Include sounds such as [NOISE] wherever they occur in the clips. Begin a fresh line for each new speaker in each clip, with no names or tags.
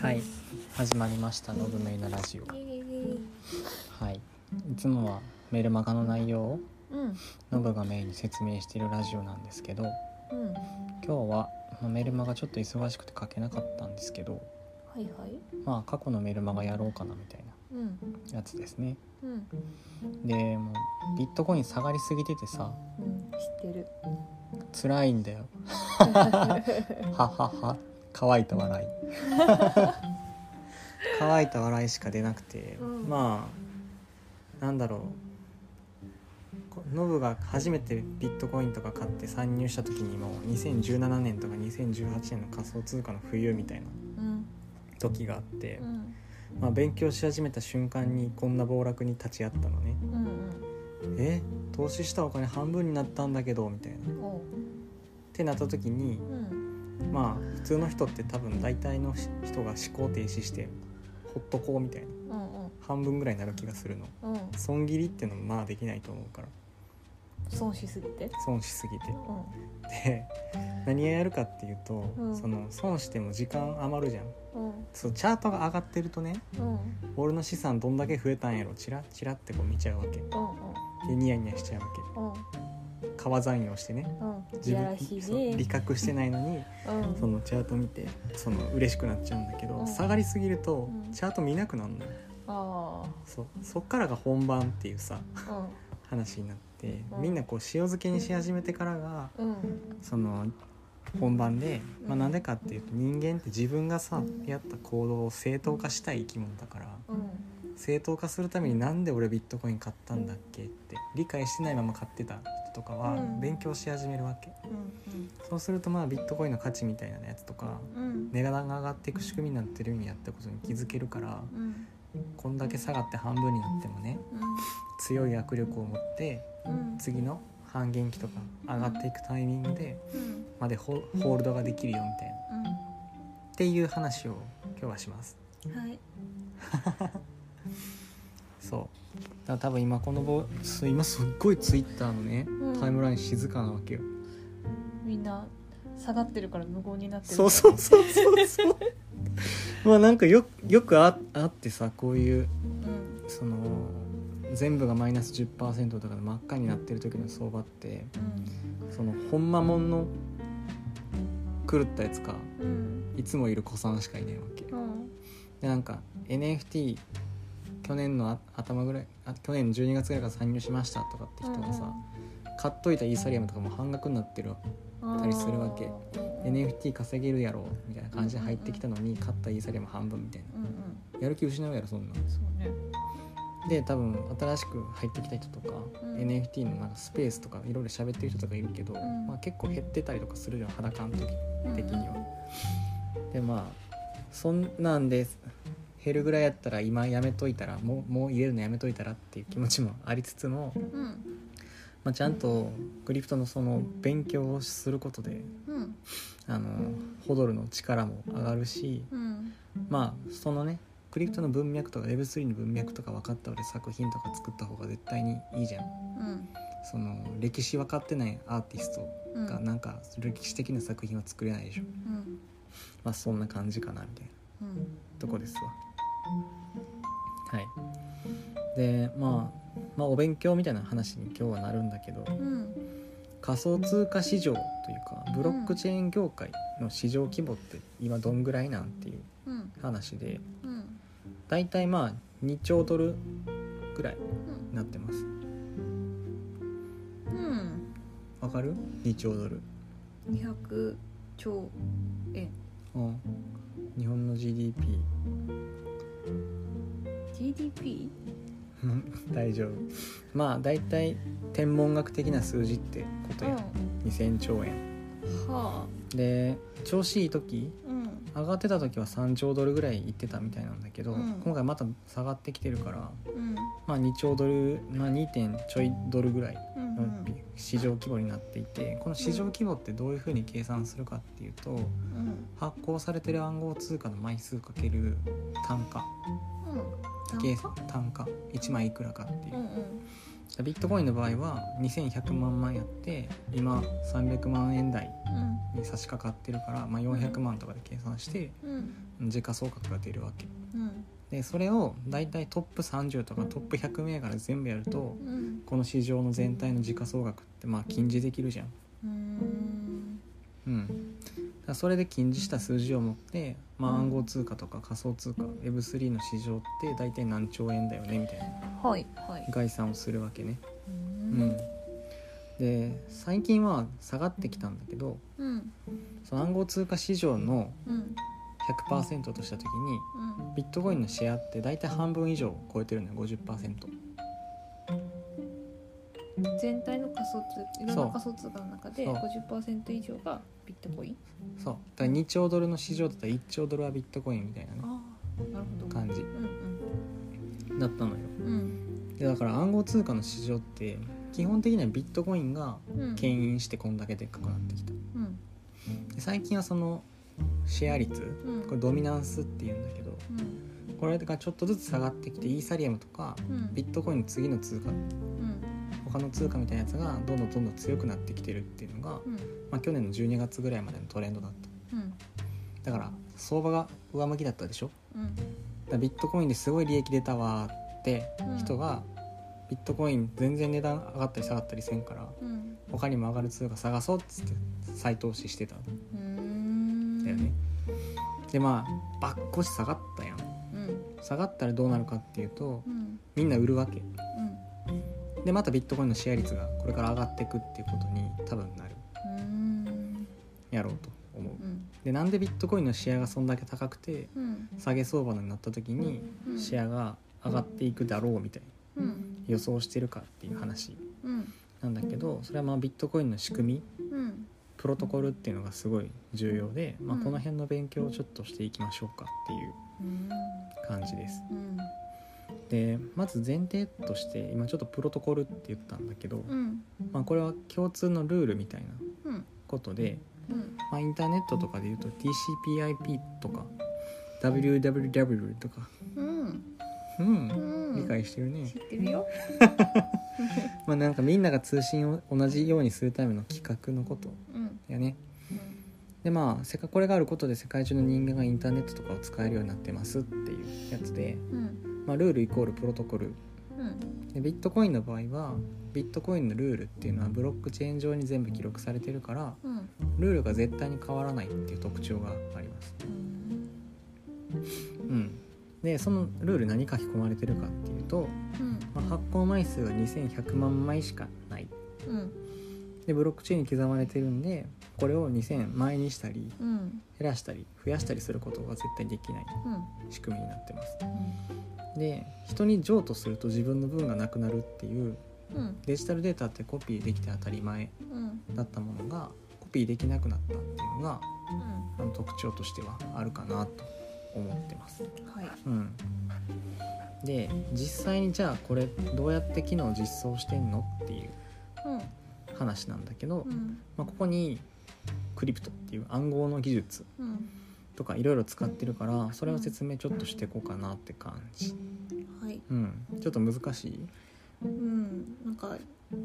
はい始まりました「のぶめいのラジオ」はいいつもはメルマガの内容を
うん
のぶがメインに説明しているラジオなんですけど
うんは
今日は、まあメルマガちょっと忙しくて書けなかったんですけど
いはい
まあ過去のメルマガやろうかなみたい
うん
なやつですね
うん
でもうビットコイン下がりすぎててさ
うん知ってる
辛いんだよはっはっは乾いた笑い
[LAUGHS]
乾いた笑いしか出なくて、
うん
まあなんだろうこノブが初めてビットコインとか買って参入した時にもう2017年とか2018年の仮想通貨の冬みたいな
うん
時があって
う、ん
まあ、勉強し始めた瞬間にこんな暴落に立ち会ったのね
うん
え投資したお金半分になったんだけどみたいなっ
うんおう
てなった時に
うん
まあ普通の人って多分大体の人が思考停止してほっとこうみたいな
うんうん
半分ぐらいになる気がするの
うん
損切りってのもまあできないと思うから
損しすぎて
損しすぎて
うん
で何をやるかっていうと、
うん
その損しても時間余るじゃん
うん
そうチャートが上がってるとね
うんうん
俺の資産どんだけ増えたんやろチラッチラッてこう見ちゃうわけでニヤニヤしちゃうわけ
うん
川残用してね
うんうんいやらしい
そう
ね
理覚してないのに
うん
そのチャート見てその嬉しくなっちゃうんだけど、
うん
下がりすぎると
うん
チャート見なくなるのよ
あ
そうそっからが本番っていうさ
あ
話になって
うん
みんなこう塩漬けにし始めてからが
うんうん
その本番で
うん
まあなんでかっていうと人間って自分がさやった行動を正当化したい生き物だから
うん
正当化するためになんで俺ビットコイン買ったんだっけって理解してないまま買ってた人とかは
うん
勉強し始めるわけ
うん
そうするとまあビットコインの価値みたいなやつとか
うん
値段が上がっていく仕組みになってるんやってことに気づけるから
うん
こんだけ下がって半分になってもね強い握力を持って
うん
次の半減期とか上がっていくタイミングで
うん
までホホールドができるよみたいなっ
うん
ていう話を今日はします
はい
そうだから多分今このぼす今すっごいツイッターのね
うん
タイムライン静かなわけよ、
みんな下がってるから無言になってる
そうそうそうそうそうまあなんかよよくああってさこういう
うん
その全部がマイナス10%とかで真っ赤になってる時の相場ってそのほんまもんの狂ったやつか
うんうん
いつもいる子さんしかいないわけ
うん
でなんか NFT 去年のあ頭ぐらいあ去年12月ぐらいから参入しましたとかって人がさ、買っといたイーサリアムとかも半額になってる
うん
たりするわけ
うん
NFT 稼げるやろみたいな感じで入ってきたのに買ったイーサリアム半分みたい
うんう
な
ん
やる気失うやろそんなん
そうね
で多分新しく入ってきた人とか、
うん
NFT のなんかスペースとかいろいろ喋ってる人とかいるけど、
ん
まあ、結構減ってたりとかするじゃん裸の時的には。でまあそんなんで減るぐらいやったら今やめといたらもうもう入れるのやめといたらっていう気持ちもありつつも、
うん
まあ、ちゃんとクリプトのその勉強をすることで
うん
あのホドルの力も上がるし
うん
まあそのねクリプトの文脈とか Web3 の文脈とか分かった上で作品とか作った方が絶対にいいじゃん。
うん
その歴史分かってないアーティスト
うん
がなんか歴史的な作品は作れないでしょ、
うん
まあそんな感じかなみたいな
うん
とこですわはいでまあまあお勉強みたいな話に今日はなるんだけど
うん
仮想通貨市場というかブロックチェーン業界の市場規模って今どんぐらいなんっていう
うん
話で
うん
だいたいまあ2兆ドルぐらいになってます
うん
わかる ?2 兆ドル
二百兆円
うん日本の GDP
GDP
うん [LAUGHS] 大丈夫まあ大体天文学的な数字ってことや、2,000兆円
うんはあ
で調子いい時
うん
上がってた時は3兆ドルぐらいいってたみたいなんだけど、
うん
今回また下がってきてるから、
うん
まあ、2兆ドル、まあ、2. 点ちょいドルぐらい
うんう
の
ん
市場規模になっていてこの市場規模ってどういうふうに計算するかっていうと
うん
発行されてる暗号通貨の枚数かける単価
うん
計
単価
単価1枚いくらかっていう
うんうん
ビットコインの場合は2100万枚やって今300万円台
うん
に差し掛かってるから、まあ、400万とかで計算して
うん
時価総額が出るわけ
うん
でそれをだいたいトップ30とかトップ100銘柄全部やると
うん
この市場の全体の時価総額ってまあ禁じできるじゃん。
うん
うん、だからそれで禁じした数字を持って、まあ、暗号通貨とか仮想通貨 Web3 の市場って大体何兆円だよねみたいな
はいはい
概算をするわけね。
う
うん、で最近は下がってきたんだけど
うん
その暗号通貨市場の
うん
100%とした時に
うん
ビットコインのシェアって大体半分以上超えてるのよ50%
全体の仮想通いろん
そ
な
う
仮想通貨の中で
そう
50%以上がビットコイン
そうだから2兆ドルの市場だったら1兆ドルはビットコインみたいなね
ああなるほど
感じ
うん
だったのよ
うん
でだから暗号通貨の市場って基本的にはビットコインが
うんうん
牽引してこんだけでっかくなってきた
うん
で最近はそのシェア率
うん
これドミナンスっていうんだけど
うん
これがちょっとずつ下がってきてイーサリアムとか
うん
ビットコインの次の通貨
うん
他の通貨みたいなやつがどんどんどんどん強くなってきてるっていうのが、
うん
まあ、去年の12月ぐらいまでのトレンドだった
うん
だから相場が上向きだったでしょ
うん
だからビットコインですごい利益出たわーって
うん
人が、ビットコイン全然値段上がったり下がったりせんから
うん
他にも上がる通貨探そうっつって再投資してたん
うーん
だよね、でまあばっこし下がったやん
うん
下がったらどうなるかっていうと
うん
みんな売るわけ
うん
でまたビットコインのシェア率がこれから上がってくっていうことに多分なる
うーん
やろうと思う
うん
でなんでビットコインのシェアがそんだけ高くて
うん
下げ相場になった時に
うん
シェアが上がっていくだろうみたいな
うん
予想してるかっていう話
うん
なんだけどそれはまあビットコインの仕組み
うん
プロトコルっていうのがすごい重要で、まあ、
うん
この辺の勉強をちょっとしていきましょうかっていう
うん
感じです。
うん
でまず前提として今ちょっとプロトコルって言ったんだけど、
うん
まあ、これは共通のルールみたいな
うん
ことで、
うん
まあ、インターネットとかで言うと TCPIP とか WWW とか
うん
うん
うん
理解してるね
知、ってるよ
まあ、なんかみんなが通信を同じようにするための企画のこと
うん
やねでまあせっかこれがあることで世界中の人間がインターネットとかを使えるようになってますっていうやつで、
うん
まあ、ルールイコールプロトコル
うん
でビットコインの場合はビットコインのルールっていうのはブロックチェーン上に全部記録されてるから
うん
ルールが絶対に変わらないっていう特徴があります、
うん
うん、でそのルール何書き込まれてるかっていうと、
うん
まあ、発行枚数が2100万枚しかない
うん
でブロックチェーンに刻まれてるんでこれを2000枚にしたり
うん
減らしたり増やしたりすることが絶対できない
うん
仕組みになってますで人に譲渡すると自分の分がなくなるっていう
うん
デジタルデータってコピーできて当たり前
うん
だったものがコピーできなくなったっていうのがあの特徴としてはあるかなと思ってます。
うんはい
うん、で実際にじゃあこれどうやって機能を実装してんのっていう
うん
話なんだけど、
うん
まあ、ここにクリプトっていう暗号の技術
うん
とかいろいろ使ってるからそれを説明ちょっとしていこうかなって感じ。
はい
うん、ちょっと難しい
うんなんか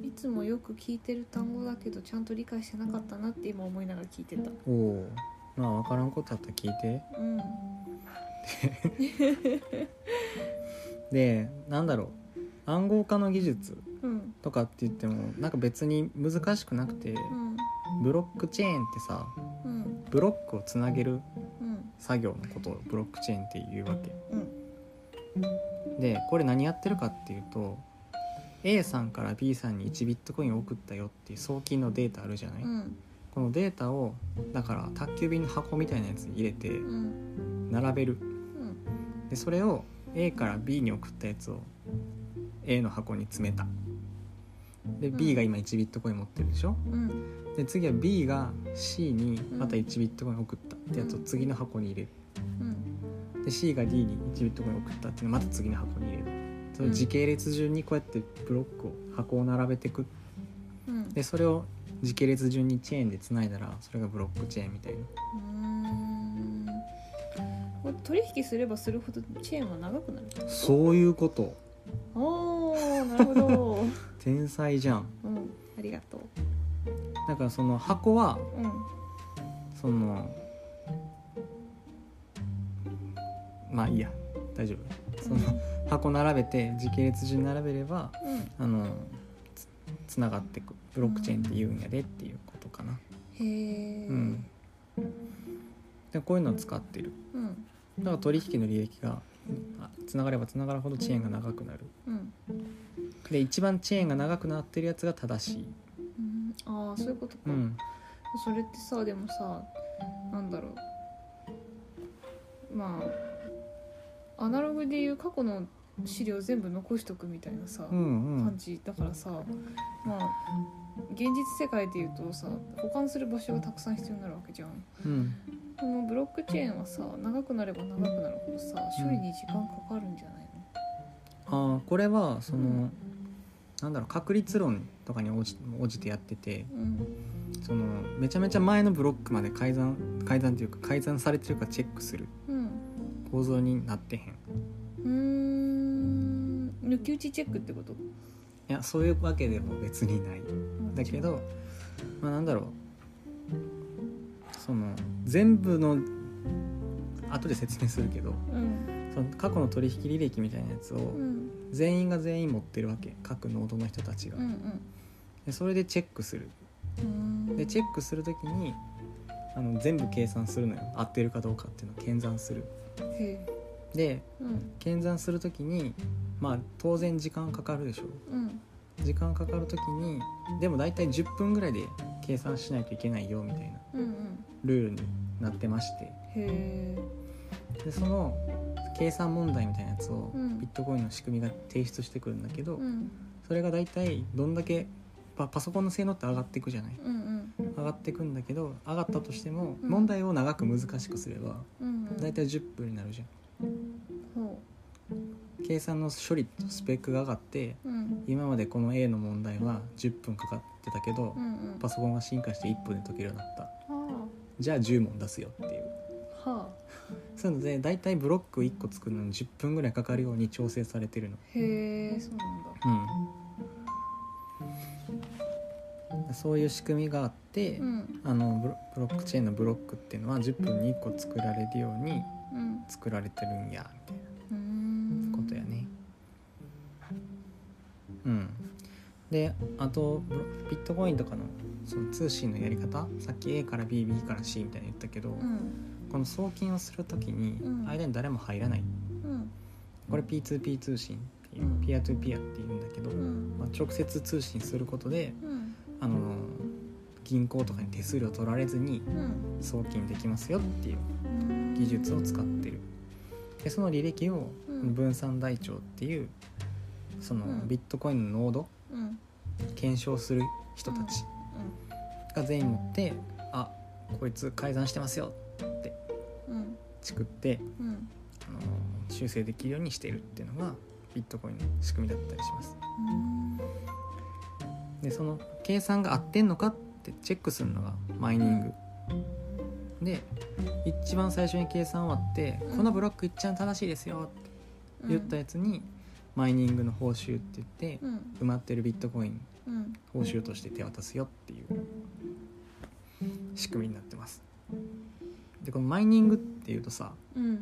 いつもよく聞いてる単語だけどちゃんと理解してなかったなって今思いながら聞いてた
おおまあ分からんことあったら聞いて。
うん
でなんだろう暗号化の技術
うん
とかって言ってもなんか別に難しくなくて
うん
ブロックチェーンってさ
うん
ブロックをつなげる
うん
作業のことをブロックチェーンっていうわけ
うん
でこれ何やってるかっていうと A さんから B さんに1ビットコインを送ったよっていう送金のデータあるじゃない、
うん
このデータをだから宅急便の箱みたいなやつに入れて
うん
並べる
うん
でそれを A から B に送ったやつを A の箱に詰めたで
ん
B が今1ビットコイン持ってるでしょ
うん
で次は B が C にまた1ビットコイン送ったってやつを次の箱に入れ
うん
るで C が D に1ビットコイン送ったっていうのをまた次の箱に入れるその時系列順にこうやってブロックを箱を並べてく
うん
でそれを時系列順にチェーンでつないだらそれがブロックチェーンみたいな
うーんこれ取引すればするほどチェーンは長くなる
そういうこと
おーなるほど
天才じゃん
うんありがとう
だからその箱は
うん
そのまあいいや大丈夫その箱並べて時系列順に並べれば
うん、うん
あのつつながってくブロックチェーンって言うんやでっていうことかな
へえ、
うんでこういうのを使ってる
うん
だから取引の利益があつながればつながるほどチェーンが長くなる
うん
で一番チェーンが長くなってるやつが正しい
うんああそういうことか、
うん
それってさでもさなんだろうまあアナログでいう過去の資料全部残しとくみたいなさ、
うんう
感
ん
じだからさまあ現実世界でいうとさ保管する場所がたくさん必要になるわけじゃん
うん
このブロックチェーンはさ長くなれば長くなるほどさ処理に時間かかるんじゃない
ああこれはその、
うん
なんだろう確率論とかに応じ応じてやってて
のうん
そのめちゃめちゃ前のブロックまで改ざん改ざんというか改ざんされてるかチェックする
うん
構造になってへんいう
ーん抜き打ちチェックってこと
やそういうわけでも別にないだけどまあなんだろうその全部の後で説明するけど
うん
その過去の取引履歴みたいなやつ
う
を
ん
全員が全員持ってるわけ各ノードの人たちが
うんうん
でそれでチェックする
うん
でチェックするときにあの全部計算するのよ合ってるかどうかっていうのを検算する
へえ
で
うん
検算するときにまあ当然時間かかるでしょ
うん
時間かかるときにでも大体10分ぐらいで計算しないといけないよみたいな
うんうん
ルールになってまして
へえ
でその計算問題みたいなやつを
うん
ビットコインの仕組みが提出してくるんだけど、
うん
それが大体どんだけパパソコンの性能って上がっていくじゃない
うんうん
上がっていくんだけど上がったとしても
うん
問題を長く難しくすれば
うんうん
大体10分になるじゃん
ほ
計算の処理とスペックが上がって
ううん
今までこの A の問題は10分かかってたけど
うんうん
パソコンが進化して1分で解けるようになった
は
じゃあ10問出すよっていう
あはあ
そういうので大体ブロック1個作るのに10分ぐらいかかるように調整されてるの
へえそうなんだ
うんそういう仕組みがあって、
うん
あのブロブロックチェーンのブロックっていうのは10分に1個作られるように
うん
作られてるんやみたいな
うーん
ことやね。うん、であとブロビットコインとかのその通信のやり方さっき A から BB から C みたいに言ったけど、
うん
この送金をする時に
うん
間に誰も入らない
うん
これ P2P 通信っていう、
うん
ピアトゥピアっていうんだけど、
うん
まあ、直接通信することで、
うん
あの銀行とかに手数料取られずに
うん
送金できますよっていう
うん
技術を使ってるでその履歴を
うん
分散台帳っていうその
うん
ビットコインの濃度
うんうん
検証する人たちが全員持ってあこいつ改ざんしてますよ
うん
作って
うん
あの修正できるようにしているっていうのがビットコインの仕組みだったりしますでその計算が合ってんのかってチェックするのがマイニングで一番最初に計算終わって、
うん
このブロックいっちゃん正しいですよって
うん
言ったやつに、マイニングの報酬って言って、
うん
埋まってるビットコイン
うん
報酬として手渡すよっていう仕組みになってますでこのマイニングっていうとさ
うん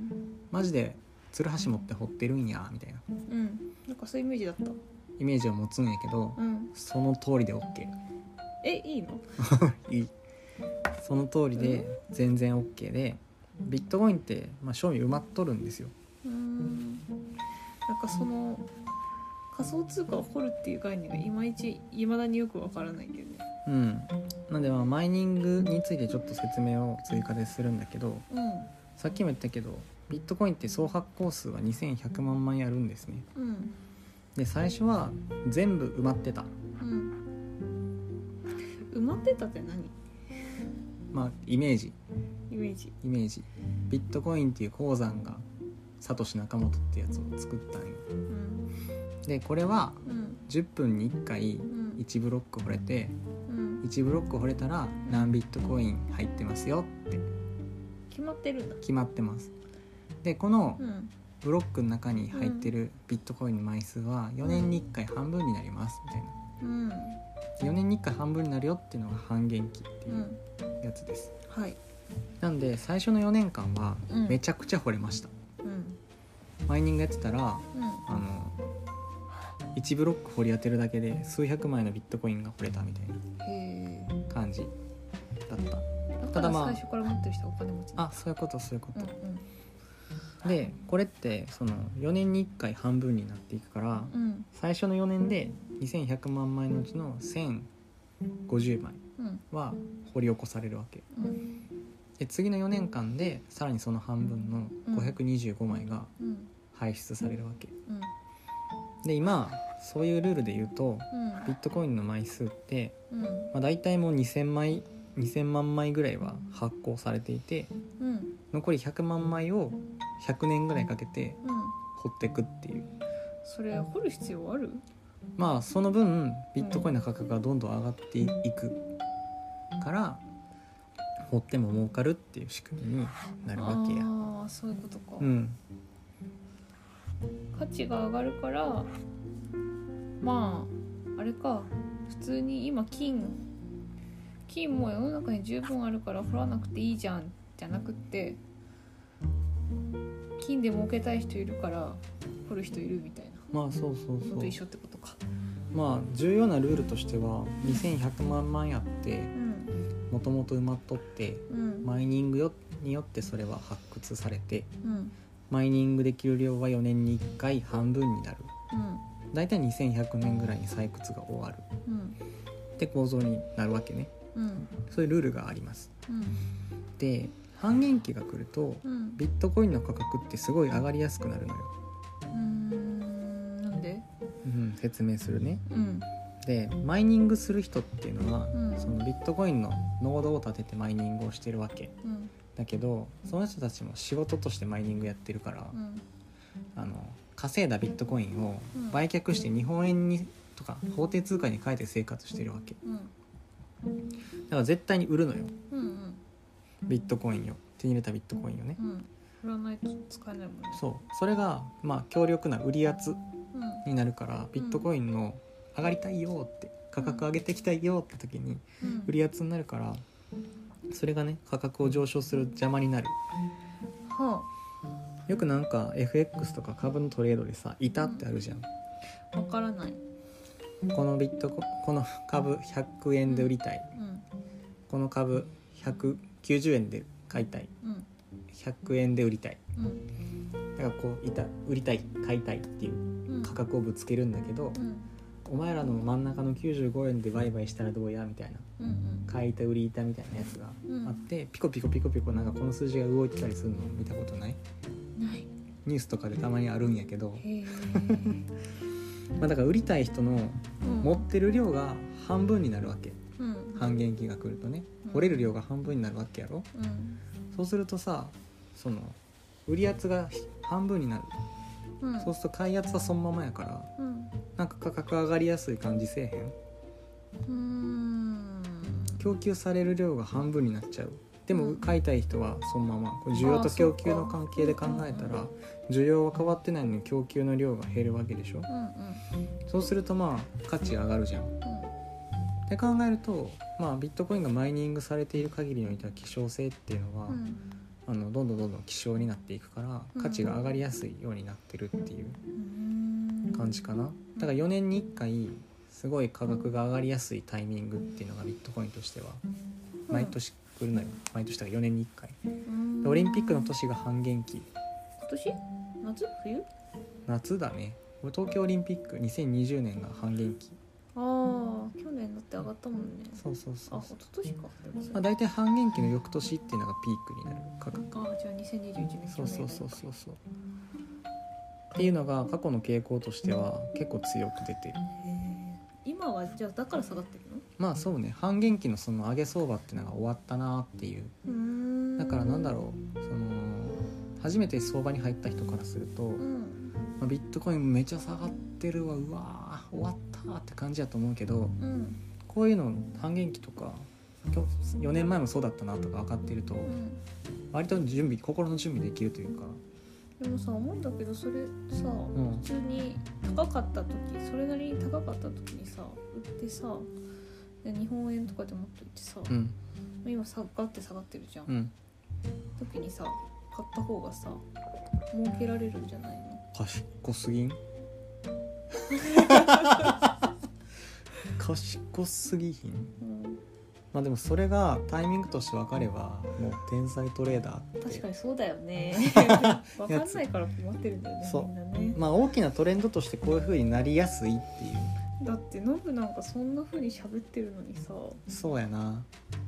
マジでツルハシ持って掘ってるんやみたいな
うんなんかそういうイメージだった
イメージを持つんやけど、
うん
その通りで OK
えいいの
いいその通りで全然 OK でビットコインって、まあ、賞味埋まっとるんですよ
うーんなんかその仮想通貨を掘るっていう概念がいまいちいまだによくわからないんだよね
うんなんでまあマイニングについてちょっと説明を追加でするんだけどさっきも言ったけどビットコインって総発行数は2100万枚あるんですね
うんうん
で最初は全部埋まってた
うん埋まってたって何
まあイメージ
イメージ
イメージビットコインっていう鉱山がサトシナカモトってやつを作ったんよ
うん
でこれは
うん
10分に1回
うん
1ブロック掘れて
うん
1ブロック掘れたら何ビットコイン入ってますよって
決まってるんだ
決まってますでこの
うん
ブロックの中に入ってるビットコインの枚数は4年に1回半分になりますみたい
うん
な4年に1回半分になるよっていうのが半減期って
う
いうんやつです、
はい
なんで最初の4年間は
うん
めちゃくちゃ惚れました、
うん
マイニングやってたら
うん
あの1ブロック掘り当てるだけで数百枚のビットコインが掘れたみたい
へ
な感じだった
え
た
だか
だ
ら
まあ
最初から持ってる人はお金持ちなんだ
あそういうことそういうこ
うん
と、でこれってその4年に1回半分になっていくから
うん
最初の4年で2100万枚のうちの1050枚
うんうん
は掘り起こされるわけ
うん
で次の4年間でさらにその半分の525枚が
うん
排出されるわけ
うん
で今そういうルールで言うと
うん
ビットコインの枚数って、
うん
まあ、大体もう2000枚2000万枚ぐらいは発行されていて
うん
残り100万枚を100年ぐらいかけて
うん
掘ってくっていう
それ掘る必要ある
まあその分ビットコインの価格がどんどん上がっていくから掘っても儲かるっていう仕組みになるわけや。
ああそういうことか、
うん、
価値が上がるからまああれか普通に今金金も世の中に十分あるから掘らなくていいじゃんじゃなくって金で儲けたい人いるから掘る人いるみたいな
まあそうそうそ
の
う
と一緒ってことか
まあ重要なルールとしては2100万枚あって
うん
もともと埋まっとって
うん
マイニングよによってそれは発掘されて
うん
マイニングできる量は4年に1回半分になる
うん
大体2100年ぐらいに採掘が終わる
うん
って構造になるわけね
うん
そういうルールがあります
うん
で半減期が来ると
うん
ビットコインの価格ってすごい上がりやすくなるのよ、
うんなんで
うん、説明するね
うん
でマイニングする人っていうのは、
うん
そのビットコインのノードを立ててマイニングをしてるわけ
うん
だけどその人たちも仕事としてマイニングやってるから、
うん
あの稼いだビットコインを
うん
売却して日本円にとか法定通貨に変えて生活してるわけ
うん
だから絶対に売るのよ
うんうん
ビットコインを手に入れたビットコインをね
うん振らないと使えないもんね
そうそれがまあ強力な売り圧
うん
になるからビットコインの上がりたいよって価格上げてきたいよって時に
うん
売り圧になるからそれがね価格を上昇する邪魔になる
は
よくなんか FX とか株のトレードでさ「板」ってあるじゃん
あわからない
このビットコこの株100円で売りたい
うん
この株190円で買いたい
うん
100円で売りたい
うん
だからこういた売りたい買いたいっていう
うん
価格をぶつけるんだけど
うん
お前らの真ん中の95円で売買したらどうやみたいな
うんうん
買い板売り板みたいなやつが
うん
あってピコピコピコピコなんかこの数字が動いてたりするの見たことない
ない
ニュースとかでたまにあるんやけど、
へえ
まあ、だから売りたい人の持ってる量が半分になるわけ
うん
半減期が来るとね
うん
折れる量が半分になるわけやろ
うん
そうするとさその売り圧が半分になる
うん
そうすると買い圧はそのままやから
うん
なんか価格上がりやすい感じせえへん
うん
供給される量が半分になっちゃうで
う
も
ん
買いたい人はそのままこれ需要と供給の関係で考えた
あーそ
ら需要は変わってないのに供給の量が減るわけでしょ
うん
そうするとまあ価値が上がるじゃんって考えるとまあビットコインがマイニングされている限りにおいては希少性っていうのは、
うんうん
あのどんどんどんどん希少になっていくから
うん
価値が上がりやすいようになってるっていう
うん
感じかなだから4年に1回すごい価格が上がりやすいタイミングっていうのがビットコインとしては毎年来るのよ毎年だから4年に1回
うん
でオリンピックの年が半減期
今年夏冬
夏だねこれ東京オリンピック2020年が半減期
ああ去年だって上がったもんね
そうそうそ
あ
う
一
そう、
昨年かでもそれ
まあ、大体半減期の翌年っていうのがピークになる価格
あじゃあ2021年
そうそうそうそうそうっていうのが過去の傾向としては結構強く出てる
今はじゃあだから下がってるの
まあそうね半減期のその上げ相場っていうのが終わったなっていう
うん
だからなんだろうその初めて相場に入った人からすると、
う
ま
ん
あ、ビットコインめちゃ下がってるわうわー終わったって感じだと思うけど
うん
こういうの半減期とか今日4年前もそうだったなとか分かってると
うん
割と準備心の準備できるというか、
でもさ思うんだけどそれさ
うん
普、通に高かった時それなりに高かった時にさ売ってさで日本円とかで持っといてさ、
うん
今下がって下がってるじゃん、
うん
時にさ買った方がさ儲けられるんじゃないの
賢すぎん賢すぎひん
うん、
[LAUGHS] まあでもそれがタイミングとして分かればもう天才トレーダーって
確かにそうだよ
[LAUGHS]
ねわかんないから困ってるんだよね
そう
みんなね
まあ大きなトレンドとしてこういう風になりやすいっていう
だってノブなんかそんな風に喋ってるのにさ
そうやな
なんで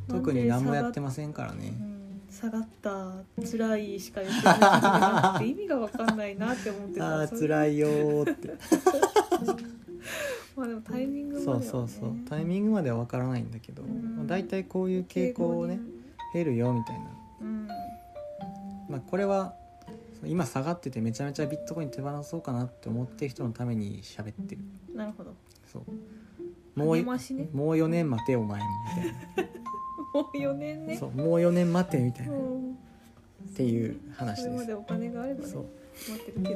特に何もやってませんからね
うん下がった辛いしか言ってないって意味が分かんないなって思ってた
あー
それ
辛いよーって
[LAUGHS] まあでもタイミングまで
そ
は、
う
ね、
そうそうタイミングまでは分からないんだけど、
うん
まあ、大体こういう傾向をね減るよみたいな、
うん
まあ、これはそう今下がっててめちゃめちゃビットコイン手放そうかなって思ってる人のために喋ってる
なるほど
そうもうい
励ましね
もう4年待てお前もみたい
もう4年
な
ね
そうもう4年待てみたいなっ
ん
ていう話
それ
で
ますでお金があればね
そう
待ってるけど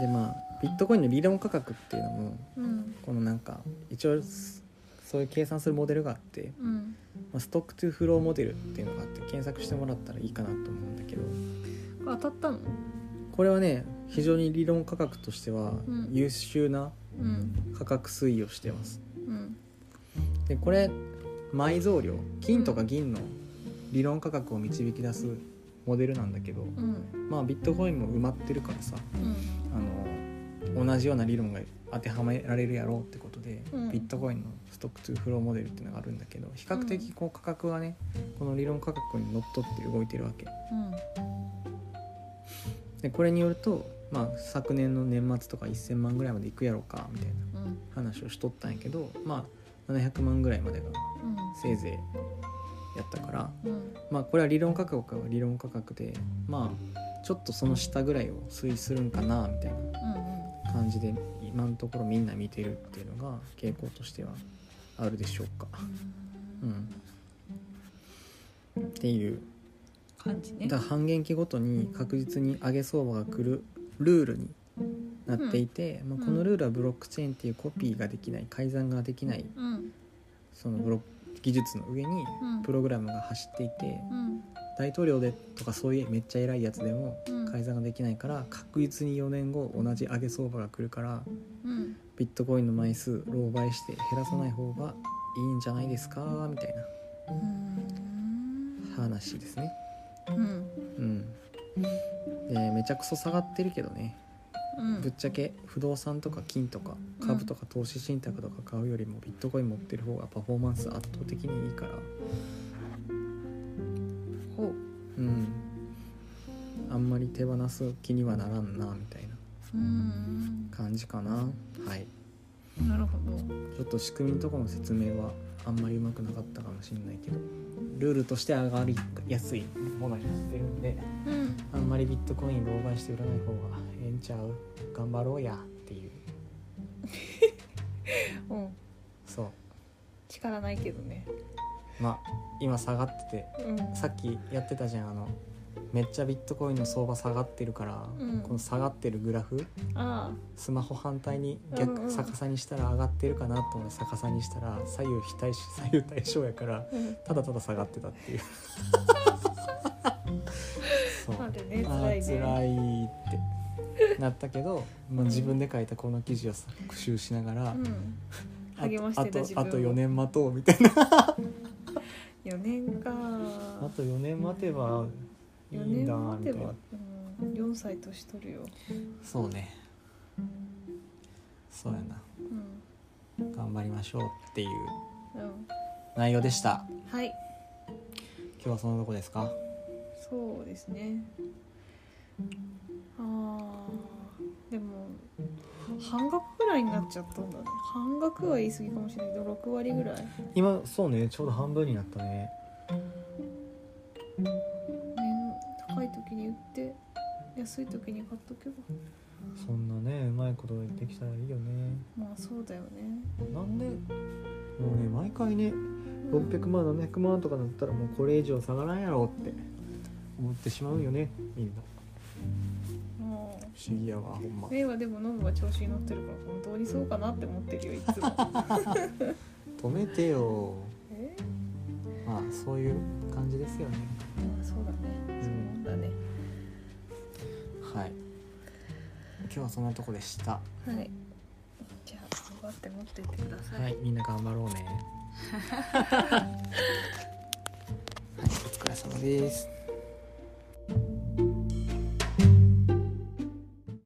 でまあビットコインの理論価格っていうのも
うん
このなんか一応そういう計算するモデルがあって、
うん
まあ、ストック・トゥ・フローモデルっていうのがあって検索してもらったらいいかなと思うんだけど
当たったの
これはね非常に理論価格としては
うん
優秀な
うん
価格推移をしてます
うん
でこれ埋蔵量金とか銀の理論価格を導き出すモデルなんだけど
うん
まあビットコインも埋まってるからさ
うん
あの同じような理論が当てはめられるやろうってことで、
うん
ビットコインのストック・トゥ・フローモデルっていうのがあるんだけど比較的こう価格はねこの理論価格にのっとって動いてるわけ
うん
でこれによると、まあ、昨年の年末とか1,000万ぐらいまでいくやろうかみたいな
うん
話をしとったんやけど、まあ、700万ぐらいまでがせいぜいやったから、
うん
まあ、これは理論価格は理論価格で、まあ、ちょっとその下ぐらいを推移するんかなみたいな
う
感じで今のところみんな見てるっていうのが傾向としてはあるでしょうか。うん、っていうん
感じね
だから半減期ごとに確実に上げ相場が来るルールになっていて、まあ、このルールはブロックチェーンっていうコピーができない改ざんができない
うん
そのブロック技術の上に
うん
プログラムが走っていて
うん
大統領でとかそういうめっちゃ偉いやつでも
うん
改ざんができないから確実に4年後同じ上げ相場が来るから
うん
ビットコインの枚数狼狽して減らさない方がいいんじゃないですかみたいな
うん
話ですね。
うん
うん、でめちゃくそ下がってるけどね
うん
ぶっちゃけ不動産とか金とか株とか投資信託とか買うよりもビットコイン持ってる方がパフォーマンス圧倒的にいいから、
ほう
うん、あんまり手放す気にはならんなみたいな
うん
感じかなはい
なるほど
ちょっと仕組みのとこの説明はあんまりうまくなかったかもしれないけどルールとして上がりやすいものになってるんで
うん
あんまりビットコイン狼狽して売らない方がええんちゃう頑張ろうやっていう
うん
そう
力ないけどね
まあ今下がってて
うん
さっきやってたじゃんあのめっちゃビットコインの相場下がってるから、
うん
この下がってるグラフ
あ
スマホ反対に逆、
うんうん
逆さにしたら上がってるかなと思って逆さにしたら左右非対称左右対称やから
あうん
ただただ下がってたっていうそう
なんでね
あ
辛い
ー
ね
辛いってなったけど、まあ、自分で書いたこの記事を復習しながら、
うん
あ
励まし
とあ
てた
と
自分を
あと4年待とうみたいな
4年か
あと4年待てばいい
4
ん
年
だ
待
み
て
たい
ば
な
うん4歳年取るよ
そうねそうやな
うん
頑張りましょうっていう
うん
内容でした
はい
今日はそのとこですか
そうですねあーでも半額ぐらいになっちゃったんだね半額は言い過ぎかもしれないけど6割ぐらい
今そうねちょうど半分になったね
年高い時に売って安い時に買っとけば
そんなねうまいことできたらいいよね
まあそうだよね
なんでもうね毎回ね
うん
600万700万とかなったらもうこれ以上下がらんやろって思ってしまうよねみんな
も
不思議やわほんま
うメイはでもノブが調子に乗ってるから本当にそうかなって思ってるよいつも
止めてよ
え
まあそういう感じですよね
まあそうだねそうだね
はい今日はそんなとこでした
はいじゃあ頑張って持ってってください、
はいみんな頑張ろう
[LAUGHS]
ねはいお疲れ様です